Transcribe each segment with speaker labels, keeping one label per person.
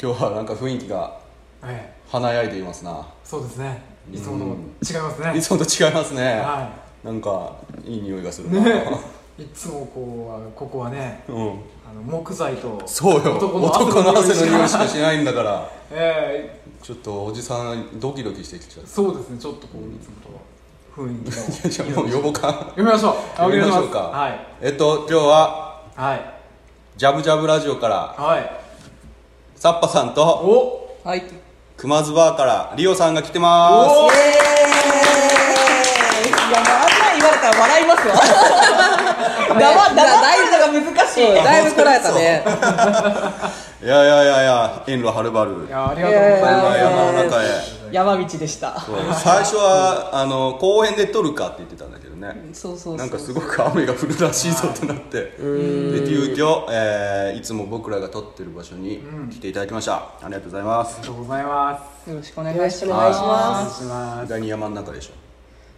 Speaker 1: 今日はなんか雰囲気が
Speaker 2: ええ
Speaker 1: 華やいでいますな
Speaker 2: そうですね
Speaker 1: うん
Speaker 2: いつものと違います
Speaker 1: い
Speaker 2: ね
Speaker 1: つもと違いますね
Speaker 2: は
Speaker 1: なんかいい匂いがする
Speaker 2: い
Speaker 1: な、
Speaker 2: ねえいつもこうここはね
Speaker 1: うん
Speaker 2: あの木材と
Speaker 1: そうよ
Speaker 2: 男の汗の
Speaker 1: 男の汗の
Speaker 2: 匂
Speaker 1: 匂
Speaker 2: い
Speaker 1: い
Speaker 2: し
Speaker 1: し
Speaker 2: か
Speaker 1: かしないんだから
Speaker 2: え
Speaker 1: ちょっとおじさんドキドキしてきちゃっ
Speaker 2: えそうですねちょっとこういつもと雰囲気
Speaker 1: た
Speaker 2: の
Speaker 1: じゃあもう呼ぼうか
Speaker 2: 読みましょう
Speaker 1: 呼びましょうか
Speaker 2: はい
Speaker 1: えっと今日は
Speaker 2: はい
Speaker 1: ジャブジャブラジオから
Speaker 2: はい
Speaker 1: サッパさんと
Speaker 2: お
Speaker 3: はい。
Speaker 1: 熊津バーからリオさんが来てま
Speaker 3: イエーイいや、もうあんなん言われたら笑いますわ。だま、だま、だいぶのが難しい。だいぶこらえたね。
Speaker 1: すいやいやいやいや遠路はるばる
Speaker 2: いやありがとうございま
Speaker 1: 山
Speaker 2: す
Speaker 3: いやいや
Speaker 1: の中へ
Speaker 3: 山道でした。
Speaker 1: そう最初はあの公園で撮るかって言ってたんだけどね
Speaker 3: そうそうそう。
Speaker 1: なんかすごく雨が降るらしいぞってなってで急遽、えーいつも僕らが撮ってる場所に来ていただきましたありがとうございま
Speaker 2: あ
Speaker 1: す
Speaker 2: りがとうござい ます
Speaker 3: よろしくお願いし
Speaker 1: お願いし
Speaker 2: お願
Speaker 3: ま
Speaker 2: い
Speaker 3: す。
Speaker 2: します
Speaker 1: 第二山の中でしょ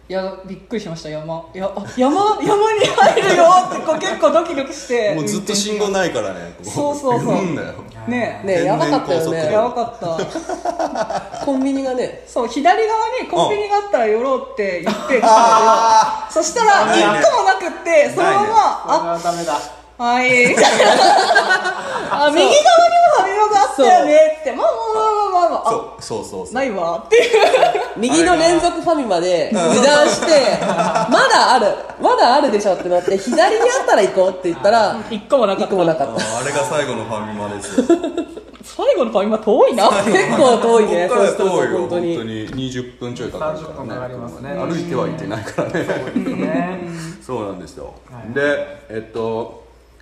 Speaker 3: いや、びっくりしました、山。いや、あ山、山に入るよって、こう結構ドキドキして。
Speaker 1: もうずっと信号ないからねこ
Speaker 3: そうそうそう
Speaker 1: いんだよ
Speaker 3: ね
Speaker 4: ねやばかった
Speaker 1: 天然
Speaker 4: よ
Speaker 1: 高速道
Speaker 4: ね
Speaker 3: やばかった。
Speaker 4: コンビニがね
Speaker 3: そう左側にコンビニがあったら寄ろうって言って
Speaker 1: あ
Speaker 3: そしたら
Speaker 1: ないね
Speaker 3: 一個もなくってそのまま
Speaker 2: これ
Speaker 3: あ
Speaker 2: はダメだ
Speaker 3: はい みたいなあ右側にもファミマがあったよねってまあまあまあまあまああ
Speaker 1: そうそうそうそう
Speaker 3: ないわっていう
Speaker 4: 右の連続ファミマで油断してまだあるまだあるでしょってなって左にあったら行こうって言ったら
Speaker 3: 一個もなか
Speaker 4: 行
Speaker 3: っ
Speaker 4: くもなか
Speaker 1: あ
Speaker 4: った
Speaker 1: ーあれが最後のファミマですよ結
Speaker 3: た最後のファミマ遠いな
Speaker 4: 結構遠いね
Speaker 1: こっから
Speaker 4: そうす
Speaker 1: 遠い
Speaker 4: ると
Speaker 1: よ本
Speaker 4: 本
Speaker 1: 当
Speaker 4: 当
Speaker 1: に
Speaker 4: に
Speaker 1: 20分ちょいかかるからね
Speaker 2: 30分かかりますね
Speaker 1: 歩いてはいけないからね
Speaker 2: そうですね
Speaker 1: そうなんですよ、
Speaker 2: はい
Speaker 1: でえっと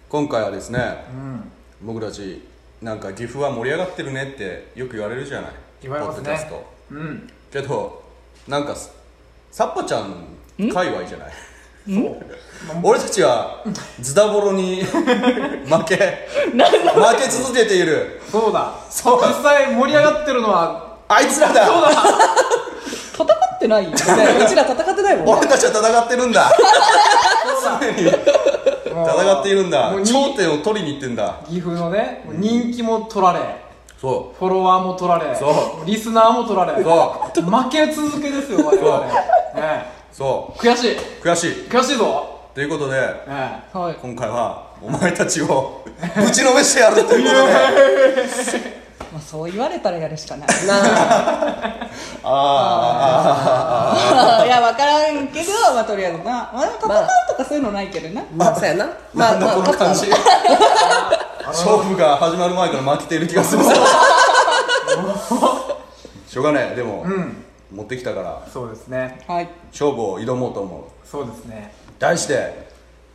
Speaker 1: 今回はですね、
Speaker 2: うん
Speaker 1: 僕たちなんか岐阜は盛り上がってるねってよく言われるじゃない
Speaker 2: 言われますね
Speaker 1: ポッドキャスト
Speaker 2: うん
Speaker 1: けどなんかすサッパちゃん界隈じゃない
Speaker 2: そう
Speaker 1: 俺たちはズダボロ に負け負け続けている
Speaker 2: そうだ
Speaker 1: そう
Speaker 2: 実際盛り上がってるのは
Speaker 1: あいつらだ
Speaker 2: そうだ
Speaker 3: 戦って ないよ
Speaker 4: ねうちら戦ってないもん ね
Speaker 1: 俺たちは戦ってるんだ常に戦っているんだ
Speaker 2: もうに
Speaker 1: 頂点を取りに行ってんだ
Speaker 2: 岐阜のねもう人気も取られ
Speaker 1: そ
Speaker 2: フォロワーも取られ
Speaker 1: そ
Speaker 2: リスナーも取られ
Speaker 1: うそ
Speaker 2: 負け続けですよ我々、ね
Speaker 1: うそ
Speaker 2: え、悔しいう
Speaker 1: 悔しい
Speaker 2: 悔しいぞ、
Speaker 1: ということで
Speaker 2: ね
Speaker 3: はい
Speaker 1: 今回はお前たちをぶちのめしてやるということで
Speaker 3: まあそう言われたらやるしかない
Speaker 4: なあ
Speaker 1: あ
Speaker 3: いや分からんけどまあとりあえずなまあでも戦うとかそういうのないけどな
Speaker 4: まあそうやな
Speaker 1: あな
Speaker 4: まあ
Speaker 1: んだ
Speaker 4: まあ
Speaker 1: この感じ勝負が始まる前から負けている気がする ぞしょうがないでも、
Speaker 2: えうん
Speaker 1: 持ってきたから
Speaker 2: そうですね
Speaker 3: はい
Speaker 1: 勝負を挑もうと思う
Speaker 2: そうですね
Speaker 1: 題して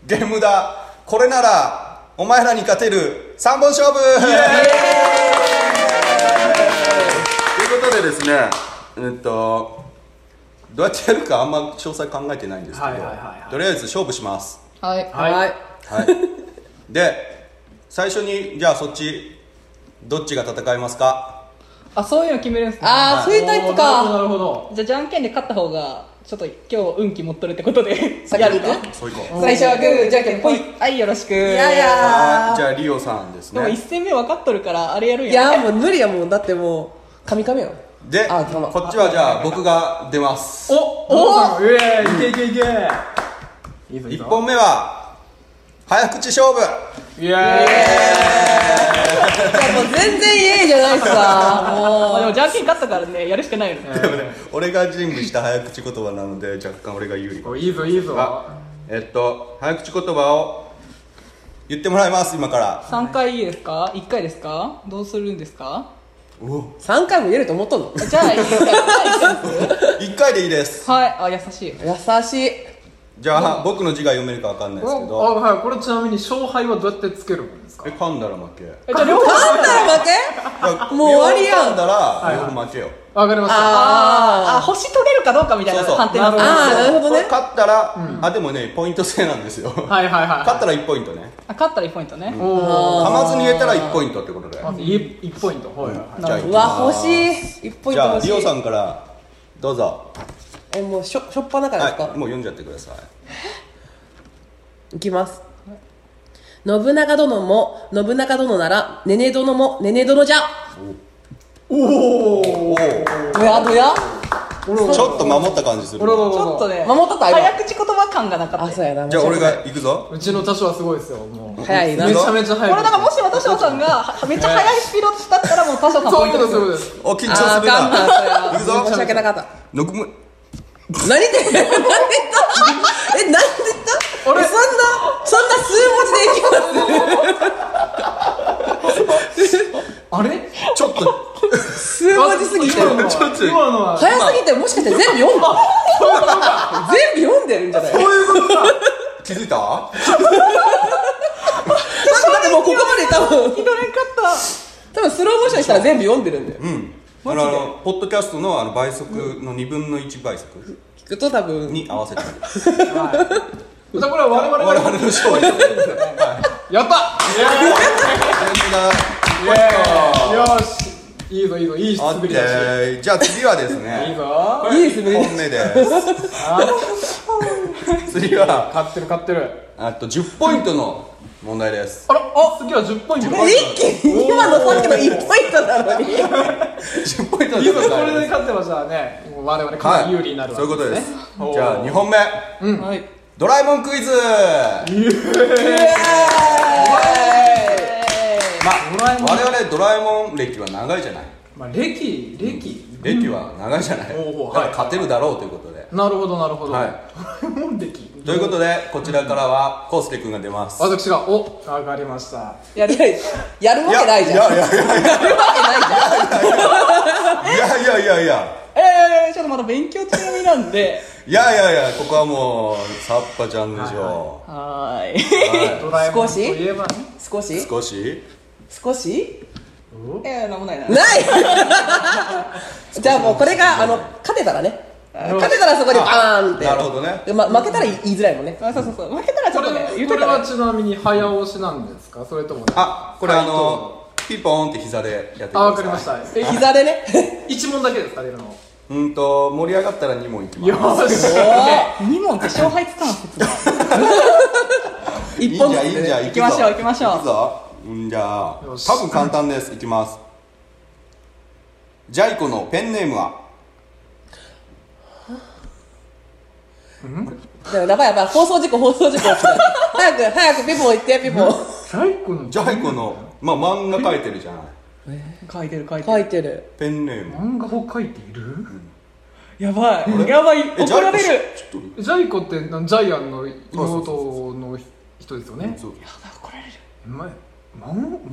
Speaker 1: ゲームだこれならお前らに勝てる3本勝負ということでですねえっとどうやってやるかあんま詳細考えてないんですけど、
Speaker 2: はいはいはいはい
Speaker 1: とりあえず勝負します
Speaker 3: はい
Speaker 2: は
Speaker 1: は
Speaker 2: い、
Speaker 1: い、で最初にじゃあそっちどっちが戦いますか
Speaker 3: あそういうの決めるんですね
Speaker 4: ああそういうタイプ
Speaker 2: おーな
Speaker 4: か
Speaker 2: るほど
Speaker 3: じゃあじゃんけんで勝った方がちょっと今日運気持っとるってことで
Speaker 4: 先
Speaker 3: や
Speaker 4: に
Speaker 3: る
Speaker 4: 行く
Speaker 3: か
Speaker 1: そういこう
Speaker 4: 最初はグーじゃんけんぽい
Speaker 3: はいよろしくい
Speaker 4: いやいや
Speaker 1: じゃあリオさんです
Speaker 3: でも
Speaker 1: ね
Speaker 3: 一戦目分かっとるからあれやるん
Speaker 4: い
Speaker 3: や
Speaker 4: やもう無理やもんだってもうカミカミやん
Speaker 1: で
Speaker 4: あどうも
Speaker 1: こっちはじゃあ僕が出ます
Speaker 2: おおうえいけいけいけいいぞいい
Speaker 1: 1
Speaker 2: ぞ
Speaker 1: 本目は早口勝負
Speaker 2: イエ
Speaker 4: もう全然イエーイじゃないっすわ
Speaker 3: まあで
Speaker 4: も
Speaker 3: も
Speaker 4: う
Speaker 3: じゃんけん勝ったからねやるしかないよね
Speaker 2: ーイ、
Speaker 1: 俺が準備した早口言葉なので若干俺が有利
Speaker 2: おいいぞいいぞ
Speaker 1: あえっと早口言葉を言ってもらいます今から
Speaker 3: 3回いいですか1回ですかどうするんですか
Speaker 1: お
Speaker 4: 3回も言えると思っとんの
Speaker 3: じゃあ1回
Speaker 1: 1回でいいです
Speaker 3: はいあ優しい
Speaker 4: 優しい
Speaker 1: じゃあ僕の字が読めるか分かんないですけ
Speaker 2: お
Speaker 1: ど
Speaker 2: あはいこれちなみに勝敗はどうやってつけるんですか
Speaker 1: え噛んだら負け
Speaker 3: えじゃあ両方
Speaker 4: あんたら負けもう終わりやん
Speaker 1: 両方噛んだ
Speaker 2: い
Speaker 1: ら両方負けよ
Speaker 2: わかりました
Speaker 3: あーあ
Speaker 4: あー
Speaker 3: 星取れるかどうかみたいな
Speaker 1: そうそう
Speaker 3: 判定なんですね
Speaker 4: あーなるほどね
Speaker 1: 勝ったらあでもねポイント制なんですよ勝
Speaker 2: はいはいはい
Speaker 1: ったら1ポイントね
Speaker 3: あ勝ったら1ポイントね
Speaker 2: おお
Speaker 1: 噛まずに言えたら1ポイントってことで
Speaker 2: まず一一ポイントはいはい
Speaker 1: じゃあ
Speaker 4: うわ
Speaker 1: 行きま
Speaker 4: 欲
Speaker 1: す
Speaker 4: しい1ポイン
Speaker 1: じ
Speaker 4: ト
Speaker 1: ゃあ
Speaker 4: 欲しい
Speaker 1: リオさんからどうぞ
Speaker 4: えもうしょしょっぱなからですか、
Speaker 1: はいもう読んじゃってください
Speaker 4: いきます信長殿も、信長殿なら、ねね殿も、ねね殿じゃ。
Speaker 2: おお
Speaker 4: どやどや
Speaker 1: ちょっと守った感じする
Speaker 2: 俺は
Speaker 3: ちょっとね
Speaker 4: 守ったか今
Speaker 3: 早口言葉感がなかった
Speaker 4: あ、そうやな。
Speaker 1: じゃあ俺が行くぞ
Speaker 2: うちの多少はすごいですよもう
Speaker 4: 早いな
Speaker 2: めちゃめちゃ早い
Speaker 3: これだからもし私翔さんがはめっちゃ速いスピードだったらもう田所さん
Speaker 2: そう
Speaker 3: ポ
Speaker 2: い
Speaker 3: イ
Speaker 2: う
Speaker 3: ン
Speaker 2: こ
Speaker 3: ト
Speaker 2: と
Speaker 3: で
Speaker 2: ですすそういうこ
Speaker 3: よ
Speaker 2: と
Speaker 1: お緊
Speaker 2: です
Speaker 1: 張
Speaker 4: あ
Speaker 1: す
Speaker 4: ー、
Speaker 1: る
Speaker 4: かん
Speaker 1: な
Speaker 4: な、それ
Speaker 1: 行
Speaker 4: は。
Speaker 1: くぞ
Speaker 4: 申し訳なかった。
Speaker 1: のくむ
Speaker 4: 何言ってんの何言ったえ、何言った
Speaker 2: あれ
Speaker 4: えそんな、そんな 数文字でいき
Speaker 2: あれ
Speaker 1: ちょっと
Speaker 4: ます数文字すぎて。
Speaker 2: 今のは
Speaker 1: ちょっと
Speaker 2: 今のは
Speaker 4: 早すぎて、もしかして全部読んだ全部読んでるんじゃないだって
Speaker 1: 気づいた
Speaker 4: もうここまで多分、
Speaker 3: 聞き取れんかっ
Speaker 4: 多分スローモーションしたら全部読んでるんだよ。
Speaker 1: うんあのあのポッドキャストのあの倍速の2分の1倍速
Speaker 4: 聞くと多分、
Speaker 1: に合わせてる
Speaker 2: じゃあこれは我々
Speaker 1: 我
Speaker 2: が
Speaker 1: 々の勝利だ
Speaker 2: やったイエーイよしいいぞいいぞいい
Speaker 1: オ
Speaker 2: 滑
Speaker 1: ッ
Speaker 2: り
Speaker 1: ケ
Speaker 2: 出し
Speaker 1: ーじゃあ次はです
Speaker 2: いい
Speaker 1: ね
Speaker 2: ぞ
Speaker 4: いいですね。
Speaker 1: 本目です次は
Speaker 2: 勝ってる勝ってる
Speaker 1: あと10ポイントの問題です
Speaker 2: あらあ次は10ポイント
Speaker 4: 一気に今のさっきの1ポイントなのに
Speaker 1: 10ポイントの
Speaker 2: いいぞ
Speaker 1: 問
Speaker 2: これ
Speaker 1: 題
Speaker 2: で
Speaker 1: です
Speaker 2: 勝ってましたらねもう我々かな
Speaker 1: は
Speaker 2: り有利になる
Speaker 1: い
Speaker 2: わ
Speaker 1: そういうことです
Speaker 2: おー
Speaker 1: じゃあ2本目
Speaker 3: たはい
Speaker 1: ドラえもんクイズまあ
Speaker 2: ドラえもん
Speaker 1: 我々ドラえもん歴は長いじゃない
Speaker 2: まあ歴歴
Speaker 1: 歴は長いじゃないだ
Speaker 2: おうおう
Speaker 1: から勝てるだろうということで
Speaker 2: なるほどなるほど
Speaker 1: はい
Speaker 2: ド ラえもん歴
Speaker 1: ということでこちらからはコウスケ君が出ます
Speaker 2: 私がお上がりました
Speaker 4: やるやるわけないじゃ
Speaker 1: いやいやい
Speaker 4: んや
Speaker 1: や
Speaker 4: るわけないじゃん
Speaker 1: いやいやいやいや
Speaker 3: えー、ちょっとまだ勉強中みなんで
Speaker 1: いやいやいやここはもうさっぱちゃんでしょ
Speaker 3: はーい
Speaker 1: は
Speaker 2: ドラえもん
Speaker 4: 少し
Speaker 2: といえばね
Speaker 4: 少
Speaker 1: い
Speaker 4: し
Speaker 1: 少し
Speaker 4: 少し
Speaker 3: えー、なんもないな
Speaker 4: ない じゃあもうこれがあの勝てたらね勝てたらそこでバーンって
Speaker 1: なるほどね
Speaker 4: でま、負けたら言い言いづらいもんね
Speaker 3: あそうそうそう負けたらちょ
Speaker 2: こ
Speaker 3: っ
Speaker 2: れ
Speaker 3: とね言っ
Speaker 2: こと
Speaker 3: い
Speaker 2: れ
Speaker 3: た
Speaker 2: は
Speaker 3: ら
Speaker 2: ちなみに早押しなんですかそれともね
Speaker 1: あこれあ
Speaker 2: 回答
Speaker 1: のピポーンって膝でやってください
Speaker 2: あわかりましたえ
Speaker 4: 膝でね
Speaker 2: 一問だけですか出るの
Speaker 1: うんと盛り上がったら2問いきます
Speaker 2: よーし
Speaker 3: 2問って勝敗つかん説明
Speaker 1: いい
Speaker 4: 一
Speaker 1: んじ
Speaker 4: 本ず
Speaker 1: ゃ
Speaker 4: つ
Speaker 1: いいんじゃ
Speaker 4: ね
Speaker 1: 行
Speaker 3: 行きましょう行きましょう
Speaker 1: 行くぞうんじゃあ
Speaker 2: よし
Speaker 1: 多分簡単です行きますジャイコのペンネームは
Speaker 4: やばいやばい放送事故放送事故早く早くピポン行ってピポン
Speaker 2: 最後の
Speaker 1: ジャイコのまあ漫画描いてるじゃない
Speaker 3: 書いてる書いてる
Speaker 4: 書いてる
Speaker 1: ペンネーム
Speaker 2: 漫画を描いている
Speaker 3: やばいやばい
Speaker 1: え
Speaker 3: 怒られる
Speaker 1: ジャイコ知っとる
Speaker 2: ジャイコってなジャイアンの妹の人ですよね
Speaker 1: そう
Speaker 3: 怒られる
Speaker 2: お前ま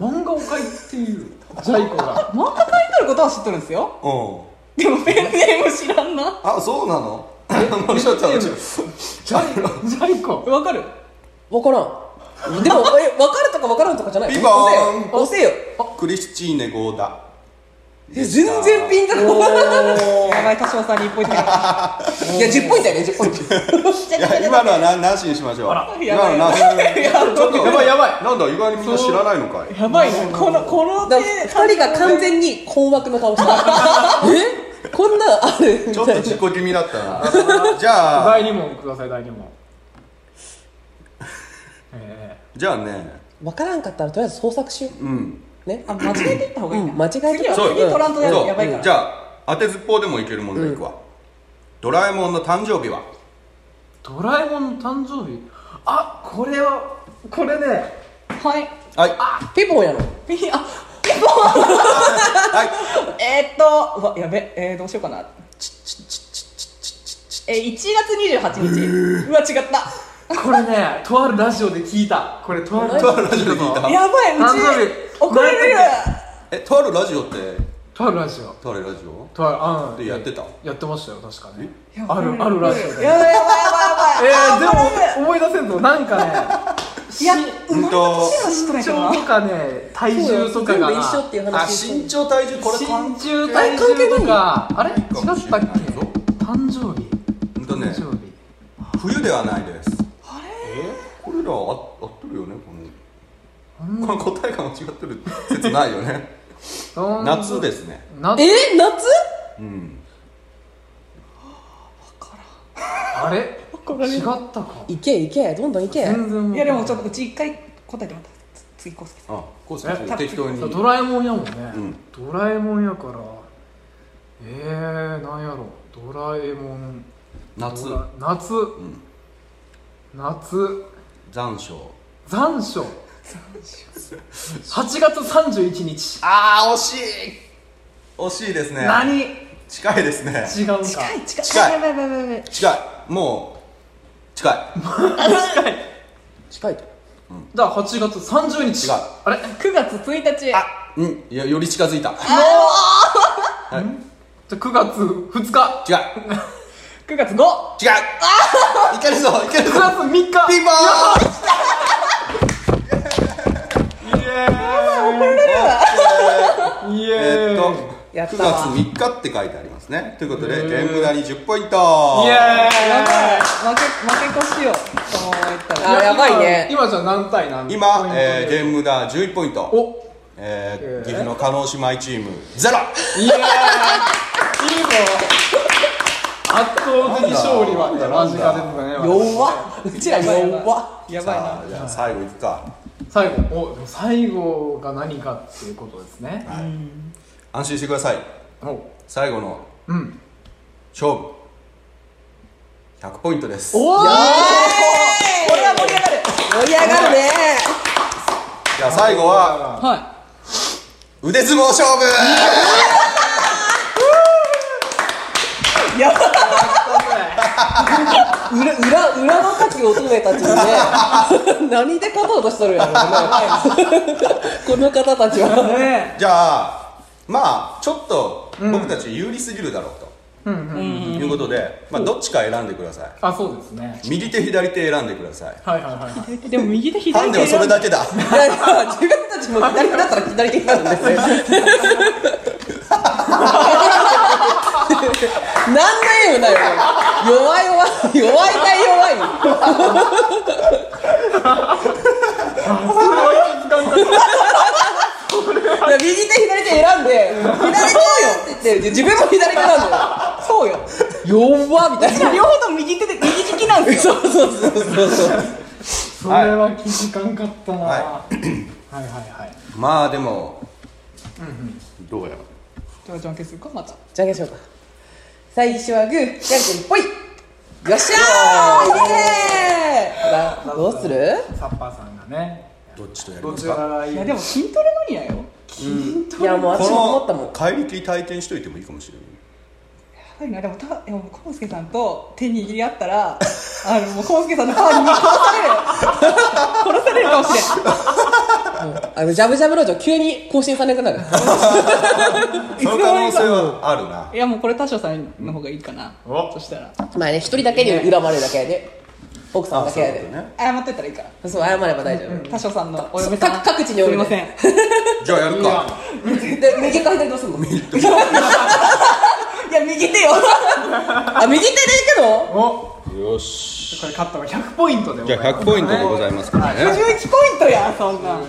Speaker 2: ん漫画を描いているジャイコが
Speaker 3: 漫画書いてることは知っとるんですよ
Speaker 1: うん
Speaker 3: でもペンネーム知らんな
Speaker 1: あそうなの もうちょっと
Speaker 2: ジャイジャイコ
Speaker 3: わかる
Speaker 4: 分からんでもえ分かるとか分からんとかじゃない
Speaker 1: ピンポーン
Speaker 4: 押せよ押せよ
Speaker 1: クリスチーネゴーダ
Speaker 4: え全然ピンがこ
Speaker 3: やばい田代さんに一歩いって
Speaker 4: ないいや10ポイントやね10ポイント
Speaker 1: いや今のはななしにしましょう
Speaker 2: あ
Speaker 1: 今
Speaker 3: や
Speaker 1: の
Speaker 3: ばい
Speaker 1: はなし
Speaker 3: やばい
Speaker 2: やばいやばい
Speaker 1: なんだ意外にみんな知らないのかい
Speaker 3: やばいねこのこの
Speaker 4: だ
Speaker 3: 手
Speaker 4: 2人が完全に困惑の顔し たえこんなのあるみ
Speaker 1: ちょった
Speaker 4: い
Speaker 1: と
Speaker 4: な
Speaker 1: 自己気味だった なじゃあ
Speaker 2: 第二問ください第二問え
Speaker 1: じゃあね
Speaker 4: 分からんかったらとりあえず創作しよ
Speaker 1: うん
Speaker 4: うね
Speaker 3: あ間違えていった方がいいな
Speaker 4: うん間違えて
Speaker 3: 次は
Speaker 4: そう
Speaker 3: 次取らんとや
Speaker 1: そう
Speaker 3: やばいから
Speaker 1: じゃあ当てずっぽうでもいける問題いくわ、ドラえもんの誕生日は
Speaker 2: ードラえもんの誕生日あこれはこれね
Speaker 3: はい
Speaker 1: はい
Speaker 4: ピポンやろ
Speaker 3: ピンあピンポン
Speaker 1: はい
Speaker 3: えーっとうわやべえー、どうしようかなえー、1月28日うわ違った
Speaker 2: これねとあるラジオで聞いたこれとある
Speaker 1: とあるラジオで聞いた
Speaker 3: やばいう
Speaker 2: 誕生日
Speaker 3: ち怒られる
Speaker 1: えとあるラジオって
Speaker 2: とあるラジオ
Speaker 1: とあるラジオ
Speaker 2: とあるあ
Speaker 1: でやってた
Speaker 2: やってましたよ確かね
Speaker 3: やば
Speaker 2: あ
Speaker 3: い
Speaker 2: るあるラジオで
Speaker 3: やばいやば
Speaker 2: え
Speaker 3: いや
Speaker 2: ー、
Speaker 3: ばい
Speaker 2: で
Speaker 3: やばいあ
Speaker 2: も思い出せんぞなんかね
Speaker 3: いや
Speaker 2: 身
Speaker 3: 生まれた年は知 っとないか
Speaker 2: 長
Speaker 3: な
Speaker 2: とかね体重とか
Speaker 4: 全
Speaker 2: が
Speaker 4: 部
Speaker 2: な
Speaker 4: 一緒っていう
Speaker 1: あ
Speaker 4: 話
Speaker 1: 身長体重これ
Speaker 2: 身
Speaker 1: か
Speaker 2: 長体重とかあれ違っ
Speaker 1: 関係
Speaker 2: た
Speaker 1: な
Speaker 2: っ
Speaker 1: い
Speaker 2: け誕生日
Speaker 1: うんとね
Speaker 2: 誕生日
Speaker 1: 冬ではないです
Speaker 3: あれ
Speaker 1: これらあ合ってるよねこのこの答えが間違ってる説ないよね夏
Speaker 2: で
Speaker 1: ですね
Speaker 2: 夏
Speaker 4: え夏
Speaker 1: うん
Speaker 2: あれ違ったか
Speaker 4: いけいけどんどんいけ
Speaker 2: 全然
Speaker 3: いやでもちょっとうち一回答えてもらったつ次こうすけさん
Speaker 1: あコース
Speaker 2: え
Speaker 1: 適当に
Speaker 2: さドラえもんやもんね、
Speaker 1: ん
Speaker 2: ドラえもんやからえー、なんやろドラえもん
Speaker 1: 夏
Speaker 2: ドラ夏、
Speaker 1: ん
Speaker 2: 夏
Speaker 1: 残暑
Speaker 2: 残暑8月31日
Speaker 1: ああ惜しい惜しいですね
Speaker 2: 何違
Speaker 1: 近いですね
Speaker 2: うか
Speaker 3: 近い近い
Speaker 1: 近い
Speaker 3: やばいやばいやばいやばい
Speaker 1: 近いもう近い
Speaker 4: 近いと
Speaker 2: じゃあ8月30日
Speaker 1: 違う
Speaker 2: あれじ
Speaker 3: 9月1日
Speaker 1: あうんいやより近づいた
Speaker 2: ゃあ9月2日
Speaker 1: 違う
Speaker 3: 9月 5!
Speaker 1: 違ういけるぞいける
Speaker 2: 9
Speaker 1: ぞ
Speaker 2: 月3日
Speaker 1: ピンポーン
Speaker 2: イエーイイエーイ
Speaker 1: えーっと
Speaker 3: やっ
Speaker 1: 9
Speaker 3: た
Speaker 1: 月
Speaker 3: わ
Speaker 1: 3日って書いてありますねということで
Speaker 2: へー
Speaker 1: 天むらに10ポイント
Speaker 2: イ
Speaker 3: やば
Speaker 2: エー
Speaker 3: い負け負け越しよこのままいったら
Speaker 4: あやばいね
Speaker 2: 今今じゃあ何対何
Speaker 1: 今、えー、ゲームだ11ポイント、
Speaker 2: お
Speaker 1: えー
Speaker 2: えー
Speaker 1: 岐阜の加納姉妹チームゼロ
Speaker 2: いやーいいぞ圧倒的勝利は
Speaker 1: なんだ
Speaker 2: 間近ですね
Speaker 4: 弱っうちら弱っ
Speaker 3: やばい
Speaker 1: さ
Speaker 3: な
Speaker 1: あじゃあ最後いくか
Speaker 2: 最後おでも最後が何かっていうことですね
Speaker 1: 安心してください
Speaker 2: お
Speaker 1: 最後の
Speaker 2: うん
Speaker 1: 勝負100ポイントです
Speaker 2: おお
Speaker 3: これは盛り上がる
Speaker 4: 盛り上がるね
Speaker 1: じゃあ最後は
Speaker 4: は
Speaker 1: 腕相撲勝負
Speaker 4: い裏裏裏の牡蠣乙女たちにね 何で勝とうとしとるやろねこの方たちは
Speaker 3: ね
Speaker 1: じゃあまあちょっと僕たち有利すぎるだろうと、いうことで、まあ、どっちか選んでください
Speaker 2: あそうですね
Speaker 1: 右手左手選んでください
Speaker 2: はいはいはいはい
Speaker 3: えでも右手
Speaker 1: ハ
Speaker 3: 左
Speaker 1: ンデ
Speaker 3: 手
Speaker 1: はそれだ
Speaker 3: け
Speaker 1: けだ
Speaker 4: いやいや自分たちも左手だったら左手になるんですね何の意味もないよ弱い弱い弱い対弱いいや右手左手選んで「左手よ!」って言って自分も左手なんだよそうよ弱っみたいな
Speaker 3: 両方とも右手で右利きなんですよ
Speaker 4: そうそうそうそうそう
Speaker 2: それは気づかんかったな
Speaker 1: は
Speaker 2: はいはいはい
Speaker 1: まあでも、どうや
Speaker 3: じゃあじゃんけんするかまた
Speaker 4: じゃんけんしようか最初はグーじゃんけんぽいよっしゃーイエーイどうする
Speaker 2: サッパーさんがね
Speaker 1: どっちとやり
Speaker 2: ど
Speaker 1: ます
Speaker 2: ち
Speaker 1: から
Speaker 2: がいい
Speaker 3: いやでも筋トレマニアよ
Speaker 4: いやもう私も思ったもん
Speaker 1: この怪力体験しといてもいいかもしれない
Speaker 3: やばいなでもたでもコウスケさんと手握り合っ たらあのもうコウスケさんのパワーに殺されるよ殺されるかもしれん
Speaker 4: あのジャブジャブ路上急に更新されなくなる
Speaker 1: その可能性はあるない
Speaker 3: やもうこれ田代さんの方がいいかな、そしたら
Speaker 4: まあね一人だけに恨まれるだけやで奥さ
Speaker 1: あ
Speaker 4: んだ
Speaker 1: そ
Speaker 4: け
Speaker 1: うい
Speaker 4: や
Speaker 1: うこと
Speaker 4: で
Speaker 1: ね
Speaker 3: 謝っといたらいいから
Speaker 4: そう謝れば大丈
Speaker 3: 田代さんのお
Speaker 4: 夫
Speaker 3: 嫁さん
Speaker 4: 各各地にお
Speaker 3: すい
Speaker 4: る
Speaker 3: ま
Speaker 4: ね
Speaker 3: せん
Speaker 1: じゃあやるか
Speaker 4: で右か左どうすんの
Speaker 3: いや右手よ
Speaker 4: あ右手で行くの
Speaker 2: お
Speaker 1: よし
Speaker 2: これ勝ったの100ポイントでご
Speaker 1: じ
Speaker 2: ざい
Speaker 1: ゃ
Speaker 2: ま
Speaker 1: あ100
Speaker 2: す
Speaker 1: ポイントでございますからね、
Speaker 3: 11ポイントやそんなん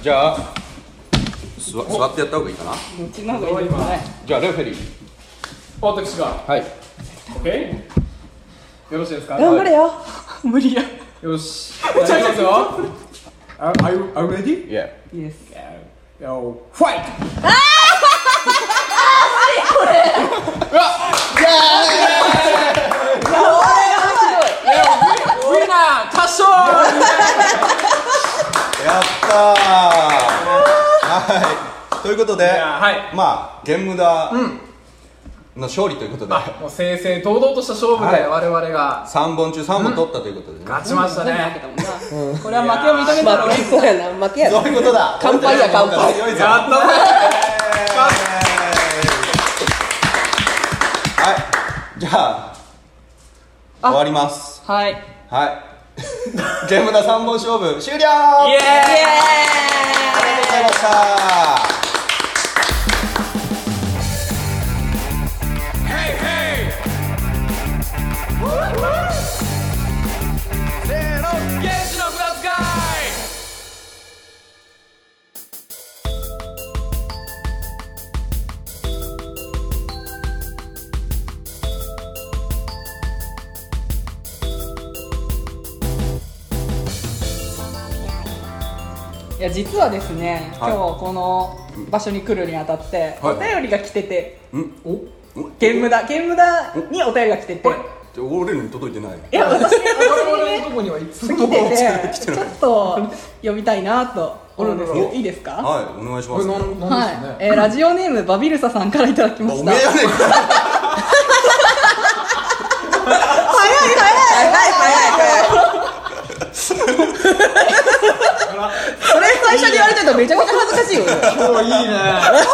Speaker 1: じゃあ座座ってやった方がいいかな
Speaker 3: どっちの方がいいですかね
Speaker 1: じゃあレフェリー
Speaker 2: 私が
Speaker 1: はい
Speaker 2: OK よろしいですか
Speaker 4: 頑張れよ
Speaker 3: 無理や
Speaker 2: よし。じゃあ、いきますよ。あ、are you are you ready?
Speaker 1: いや
Speaker 3: イエス
Speaker 2: Yo, fight! ウィナー、多少。
Speaker 1: やったーはいということで、
Speaker 2: やはい
Speaker 1: まあゲームダの勝利ということで、
Speaker 2: もう正々堂々とした勝負で、
Speaker 1: はい
Speaker 2: 我々が
Speaker 1: 三3本中3本取ったということでね、
Speaker 2: 勝ちました
Speaker 3: 負
Speaker 2: ね
Speaker 3: け。たもんな、これは負けを認めたら
Speaker 4: まあ
Speaker 3: 俺
Speaker 4: そうやな負けや
Speaker 1: そう
Speaker 4: な
Speaker 1: いうことだ
Speaker 4: 乾杯や乾
Speaker 1: 強
Speaker 4: 杯
Speaker 1: いぞ
Speaker 2: やったね。
Speaker 1: はいじゃあ終わります
Speaker 3: はいイエ
Speaker 1: はい ゲームダ3本勝負終了あ
Speaker 2: イ
Speaker 1: りがとう
Speaker 2: エーイ。
Speaker 1: ございました
Speaker 5: 「
Speaker 3: や実はですね、
Speaker 1: はい
Speaker 3: 今日この場所に来るにあたって、
Speaker 1: はい
Speaker 3: お便りが来てて
Speaker 1: んお
Speaker 3: ゲームだゲームだにお便りが来てて
Speaker 1: あれじゃあ俺らに届いてない
Speaker 3: いや私
Speaker 2: 我
Speaker 3: 私
Speaker 2: 々
Speaker 3: に
Speaker 2: の
Speaker 3: ね
Speaker 2: とこにはいつ
Speaker 3: 来
Speaker 2: も
Speaker 3: ててちょっと読みたいなと思うんで
Speaker 2: あら
Speaker 3: すけど
Speaker 2: ら
Speaker 3: いいですか
Speaker 1: はいお願いし
Speaker 2: こ
Speaker 1: ま
Speaker 2: れ
Speaker 1: す、
Speaker 2: な
Speaker 1: あ
Speaker 2: んなんですか
Speaker 3: はい、
Speaker 2: ね
Speaker 3: えーラジオネームバビルサさんからいただきま
Speaker 1: お
Speaker 3: した
Speaker 1: めえやねんか
Speaker 4: 早い早い早いそれ最初に言われてるとめちゃくちゃ恥ずかしいよ
Speaker 2: 今日いいね
Speaker 3: 笑っ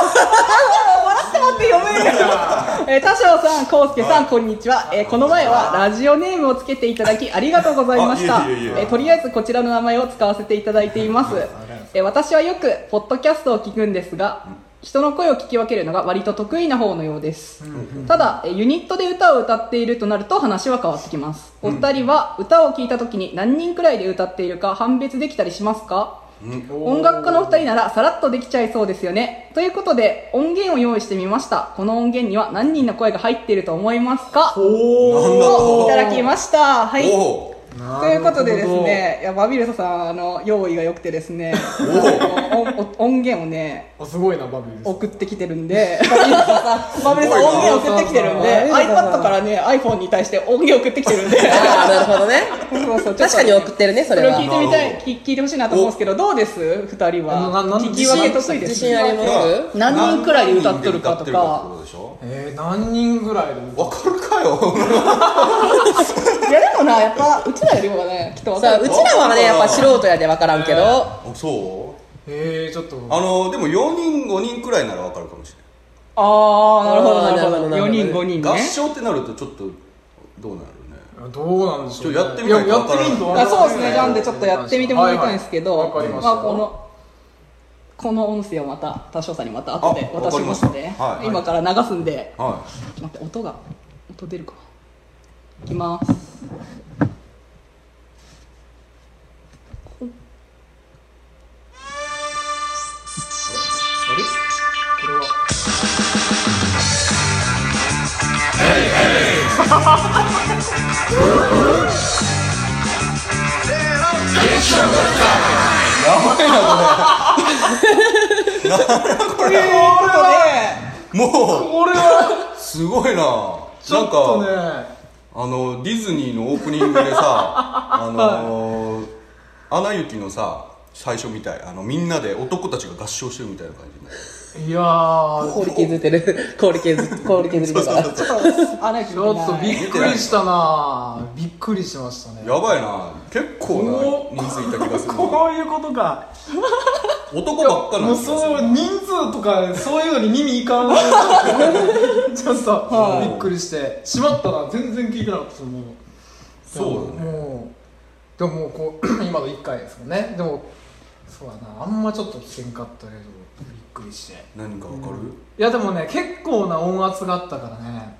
Speaker 3: て待って読めるから、えー、田代さん、康介さん、こんにちは、えーこの前はラジオネームをつけていただきありがとうございました
Speaker 1: あいえいえいえ
Speaker 3: えーとりあえずこちらの名前を使わせていただいています、えー私はよくポッドキャストを聞くんですが人の声を聞き分けるのが割と得意な方のようです、ただえーユニットで歌を歌っているとなると話は変わってきますお二人は歌を聴いた時に何人くらいで歌っているか判別できたりしますか、音楽家のお二人ならさらっとできちゃいそうですよねということで音源を用意してみましたこの音源には何人の声が入っていると思いますか
Speaker 1: なんだ
Speaker 3: を
Speaker 1: ろ
Speaker 3: いうただきましたはい
Speaker 1: お
Speaker 3: と
Speaker 1: お
Speaker 3: いうことでですねいやバビルサさんあの用意が良くてですねあのおお音源をね
Speaker 2: あすごいなバビル
Speaker 3: 送ってきてるんでバビルさん音源送ってきてるんで
Speaker 4: すごいな
Speaker 3: iPad からね iPhone に対して音源送ってきてるんで
Speaker 4: ああなるほどね
Speaker 3: そうそうちょっ
Speaker 4: 確
Speaker 3: と
Speaker 4: かに送ってるねそ
Speaker 3: そ
Speaker 4: れ
Speaker 3: れを
Speaker 4: は
Speaker 3: 聞いてみたい聞聞いてほしいなと思うんですけどどうです2人
Speaker 2: あのなな
Speaker 3: は
Speaker 2: ん
Speaker 3: 聞き分け得意です
Speaker 4: 自信あります
Speaker 3: 何人くらいで歌ってるかと
Speaker 1: 何人で歌
Speaker 3: か
Speaker 1: ってるってことでしょ
Speaker 2: えー、何人ぐらいで
Speaker 1: わかるかよ
Speaker 3: いやでもなやっぱうちらよりもねきっとわ
Speaker 4: さ
Speaker 3: か
Speaker 4: あ
Speaker 3: る
Speaker 4: うちらはねやっぱ素人やで分からんけど
Speaker 1: あそう
Speaker 2: えー、ちょっと
Speaker 1: あのでも4人5人くらいならわかるかもし
Speaker 3: ああなるほど
Speaker 4: あー
Speaker 3: なるほど
Speaker 4: なるほど
Speaker 3: 4人5
Speaker 1: れ
Speaker 3: 人
Speaker 1: ない合
Speaker 3: ね
Speaker 1: 唱ってなるとちょっとどうなるね
Speaker 2: どうなんでしょう、ね、
Speaker 1: ちょっとやってみないと
Speaker 2: ややってみんとわか
Speaker 3: あ
Speaker 2: ら
Speaker 3: そうですねじゃんでちょっとやってみてもらいたいんですけど、
Speaker 2: はいはいわかりまし
Speaker 3: あ
Speaker 2: た、
Speaker 3: このこの音声をまた田少さんにまた後で
Speaker 1: あわ
Speaker 3: 渡
Speaker 1: か
Speaker 3: し
Speaker 1: りま
Speaker 3: ま
Speaker 1: した
Speaker 3: すんで、
Speaker 1: はい
Speaker 3: 今から流すんで
Speaker 1: は
Speaker 3: 待って音が音出るかないきます
Speaker 2: これは
Speaker 1: いも
Speaker 2: これは
Speaker 1: うすごいな
Speaker 2: ちょっとね
Speaker 1: なんかあのディズニーのオープニングでさあのーアナ雪のさ最初みたいあのみんなで男たちが合唱してるみたいな感じになる
Speaker 2: いやー
Speaker 4: 氷削ってる氷削氷削りながら
Speaker 3: ちょっとあれ
Speaker 2: ちょっとびっくりしたなびっくりしましたね
Speaker 1: やばいな結構
Speaker 2: お
Speaker 1: な人数いた気がする
Speaker 2: こういうことか
Speaker 1: 男ばっかなん
Speaker 2: もう
Speaker 1: ですよ
Speaker 2: そう人数とかそういうのに耳いかんちょっと、
Speaker 1: はい
Speaker 2: びっくりしてしまったな全然聞いてなかったですもう
Speaker 1: そうだね
Speaker 2: もうでももうこう 今の1回ですもんねでもそうだなあんまちょっと危険かったけどびっくりして
Speaker 1: 何かわかる、
Speaker 2: いやでもね結構な音圧があったからね、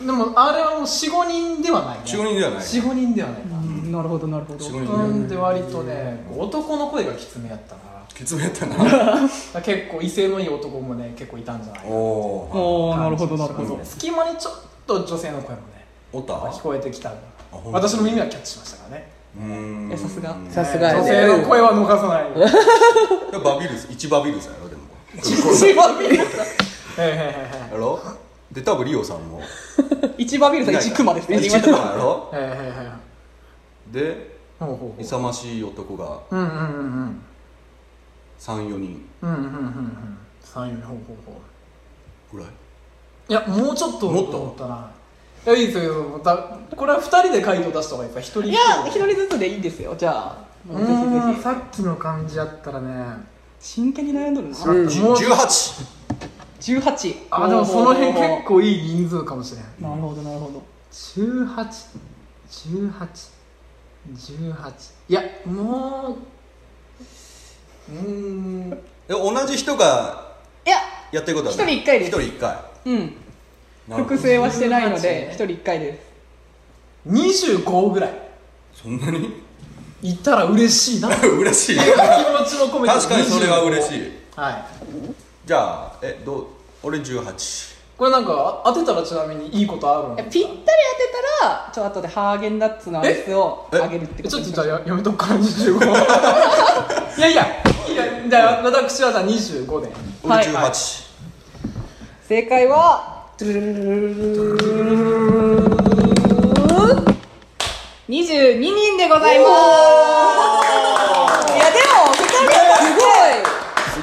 Speaker 2: でもあれはもう45人ではない、ね、
Speaker 1: 45人ではない
Speaker 2: 45人ではないな
Speaker 3: なるほどなるほど
Speaker 1: すごいね
Speaker 2: うんで割とねこう男の声がきつめやったから
Speaker 1: 結論やった な
Speaker 2: だから結構威勢のいい男もね結構いたんじゃないかな
Speaker 1: おーはい
Speaker 3: おおなるほどなるほ
Speaker 2: そう
Speaker 3: ど
Speaker 2: 隙間にちょっと女性の声もね
Speaker 1: おった
Speaker 2: 聞こえてきた
Speaker 1: ほんと
Speaker 2: 私の耳はキャッチしましたからね
Speaker 1: うーん
Speaker 3: えさすが
Speaker 4: さすがや
Speaker 2: 女
Speaker 4: ね
Speaker 2: 性の声は逃さない よ
Speaker 1: バビルス一バビルスやろでも
Speaker 3: 一バビルサ
Speaker 2: はいはいはいはい
Speaker 1: やろで多分リオさんも
Speaker 3: 一バビルサ 一クマですね
Speaker 1: 一クマやろ
Speaker 2: はいはいはいはい
Speaker 1: で
Speaker 2: ほうほうほう
Speaker 1: 勇ましい男が
Speaker 2: うんうんうん
Speaker 1: 34人
Speaker 2: うんうんうんうんうん三四ほうほうほう
Speaker 1: ぐらい
Speaker 2: いやもうちょっと
Speaker 1: もっと
Speaker 2: 思ったないやいいですよだこれは二人で回答出した方がいいですか一人
Speaker 3: いや一人ずつでいいんですよじゃあもうぜ
Speaker 2: う
Speaker 3: ひ
Speaker 2: ん
Speaker 3: ぜ
Speaker 2: さっきの感じやったらね
Speaker 3: ひ真剣に悩んどるな
Speaker 4: うん
Speaker 1: じゅ
Speaker 2: もう
Speaker 1: 18
Speaker 3: 18
Speaker 2: あでもその辺
Speaker 3: おー
Speaker 2: 結構いい人数かもしれん
Speaker 3: なるほどなるほど
Speaker 2: 1 8 1 8 18いやもううーん
Speaker 1: え同じ人が
Speaker 3: いや
Speaker 1: やってることは
Speaker 3: 一人一回です
Speaker 1: 一人一回
Speaker 3: うん
Speaker 1: なるほ
Speaker 3: 複
Speaker 1: ど
Speaker 3: 製はしてないので
Speaker 2: 18
Speaker 3: 一人一回です
Speaker 2: 25ぐらい
Speaker 1: そんなに
Speaker 2: いたら嬉しいな気持
Speaker 1: 嬉しい
Speaker 2: ちの込めて
Speaker 1: 確かにそれは嬉し
Speaker 2: い
Speaker 1: い
Speaker 2: はい
Speaker 1: じゃあえどう俺18
Speaker 2: これなんかあ当てたらちなみにいいことあるの
Speaker 3: いやぴったり当てたらちょっと後でハーゲンダッツのアイスを
Speaker 1: え
Speaker 3: あげるって
Speaker 2: え
Speaker 3: こ
Speaker 2: ち
Speaker 3: と
Speaker 2: ょっ
Speaker 3: に
Speaker 2: と
Speaker 3: し
Speaker 2: じ
Speaker 3: ま
Speaker 2: ゃあ
Speaker 3: しょう
Speaker 2: ややめとくから25いやいやいでじゃあ私はさ25で
Speaker 1: 俺
Speaker 3: はい
Speaker 1: 18、
Speaker 3: 正解は22人でございますいやでも2人
Speaker 4: す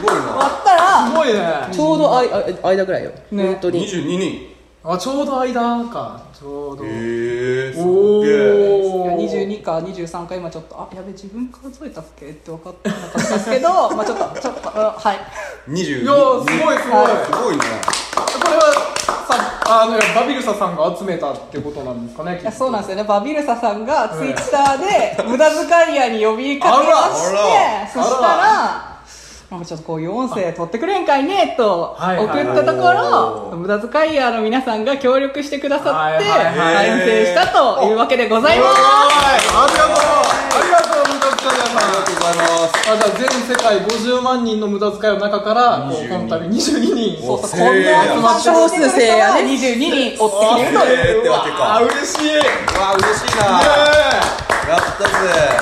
Speaker 4: ご
Speaker 1: すごいな
Speaker 3: 割ったら
Speaker 2: すごいね
Speaker 4: いちょうどあいあ間ぐらいよ、
Speaker 3: ね
Speaker 4: 本当に
Speaker 1: 22人
Speaker 2: あちょうど間かちょうど、
Speaker 1: へえす
Speaker 2: お
Speaker 1: げえ
Speaker 2: ー
Speaker 3: 22か23か今ちょっとあやべ自分数えたっけって分かってなかったですけど まあちょっとちょっとあはい
Speaker 1: 22
Speaker 2: いやーすごいすごい、
Speaker 1: すごいね
Speaker 2: これはさあのバビルサさんが集めたってことなんですかねきっ
Speaker 3: い
Speaker 2: と
Speaker 3: やそうなんですよねバビルサさんがツ
Speaker 2: う
Speaker 3: イ
Speaker 2: ん
Speaker 3: ッターで無駄遣い屋に呼びかけまし
Speaker 1: あ
Speaker 3: てそした
Speaker 2: あ
Speaker 3: らなんかちょっとこういう音声取ってくれんかいねと
Speaker 2: はいはい
Speaker 3: 送
Speaker 2: はい
Speaker 3: ったとこ
Speaker 1: おー
Speaker 3: ろ無駄遣い屋の皆さんが協力してくださって
Speaker 2: はいはい
Speaker 1: はい
Speaker 3: 完成したというわけでございます
Speaker 2: ありがとうありがとう無駄遣
Speaker 1: あ
Speaker 2: い
Speaker 1: りがとうございます
Speaker 2: さんあじゃあ全世界50万人の無駄遣いの中からこう
Speaker 1: 22
Speaker 2: 今度22人
Speaker 1: お
Speaker 3: そうそう
Speaker 1: せ
Speaker 3: こん
Speaker 1: ー
Speaker 3: な集まってくれた人は22人追ってくれるとい
Speaker 1: え
Speaker 3: う
Speaker 1: ーってわけか
Speaker 2: あ嬉しいイエ
Speaker 1: わあ嬉しいなやったぜ
Speaker 2: ーイ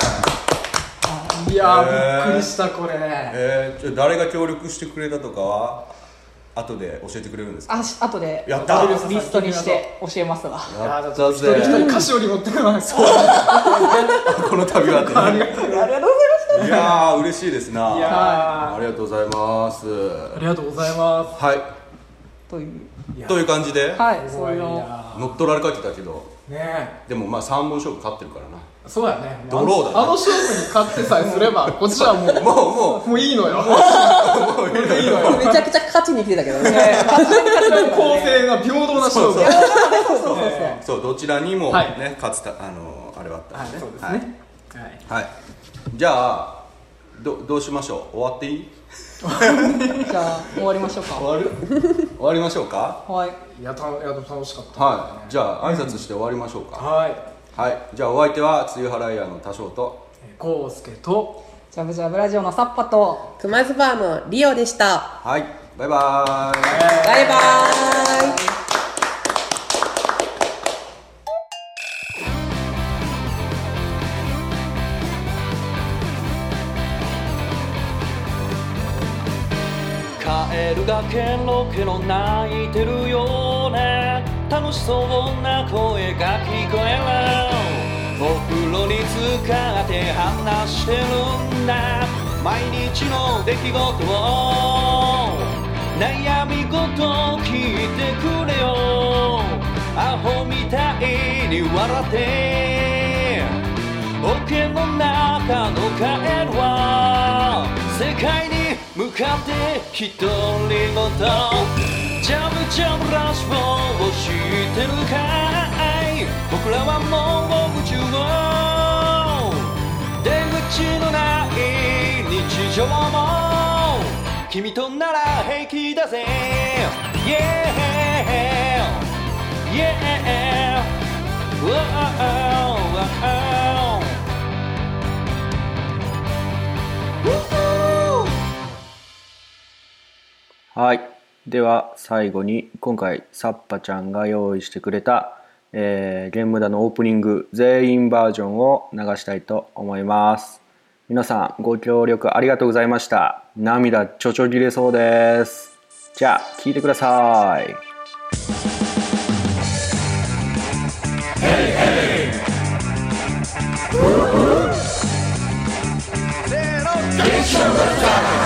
Speaker 2: いや
Speaker 1: えー
Speaker 2: ーびっくりしたこれ
Speaker 1: えー、じゃあ誰が協力してくれたとかは後で教えてくれるんですか
Speaker 3: あし後で
Speaker 1: やった
Speaker 2: バビルサ
Speaker 3: リストにして教えますわ
Speaker 2: いやーち
Speaker 1: や
Speaker 2: ょ
Speaker 1: っ
Speaker 2: ったと一人
Speaker 1: ぜ
Speaker 2: 一人歌詞を持ってくないそう
Speaker 1: この旅は
Speaker 2: あり
Speaker 1: ね
Speaker 2: がとう
Speaker 3: ありがとうございました
Speaker 1: いやー嬉しいですない
Speaker 2: やー
Speaker 1: ありがとうございます
Speaker 2: ありがとうございま
Speaker 1: はい
Speaker 3: という
Speaker 1: という感じで、
Speaker 3: はい
Speaker 2: す
Speaker 3: そういうの
Speaker 1: 乗っ取られかけたけど
Speaker 2: ね
Speaker 1: でもまあ3本勝負勝ってるからな
Speaker 2: えそうだね
Speaker 1: ドローだね
Speaker 2: あの勝負に勝ってさえす ればこっちはもう
Speaker 1: もうも
Speaker 2: もういいのよ。
Speaker 1: うもういいのよ
Speaker 4: めちゃくちゃ勝ちに来てたけどね
Speaker 2: 公正な平等な勝負。
Speaker 1: そう
Speaker 2: は
Speaker 3: そうそうそうそう
Speaker 1: そうどちらにもね、
Speaker 2: はい
Speaker 1: 勝つたあのーあれはあったんでね
Speaker 2: い、そうですね。はい。
Speaker 1: はい、はいじゃあどどうしましょう終わっていい
Speaker 3: じゃあ終わりましょうか。
Speaker 1: わる 終わりましょうか
Speaker 3: はい。
Speaker 2: いや、た、いや、楽しかった。
Speaker 1: はいじゃあ挨拶して終わりましょうか、
Speaker 2: はい。
Speaker 1: はいじゃあお相手は梅雨払い屋の多少と
Speaker 2: えーこうすけと。
Speaker 3: ジャブジャブラジオのサッパと。
Speaker 4: 熊津バーのリオでした
Speaker 1: はいバイバーイ
Speaker 4: バイバーイ
Speaker 5: カエルがケロケロ泣いてるよね楽しそうな声が聞こえるお風呂に浸かって話してるんだ毎日の出来事を悩み事を聞いてくれよアホみたいに笑って桶の中のカエルは世界に向かって独り言ジャムジャムラジオを知ってるかい僕らはもう夢中を出口のない日常も君となら平気だぜ Yeah Yeah Whoa, whoa. Woo-hoo!
Speaker 6: はい。では最後に今回サッパちゃんが用意してくれた、えー、ゲームダのオープニング全員バージョンを流したいと思います。皆さんご協力ありがとうございました。涙ちょちょぎれそうです。じゃあ聞いてください。
Speaker 5: 「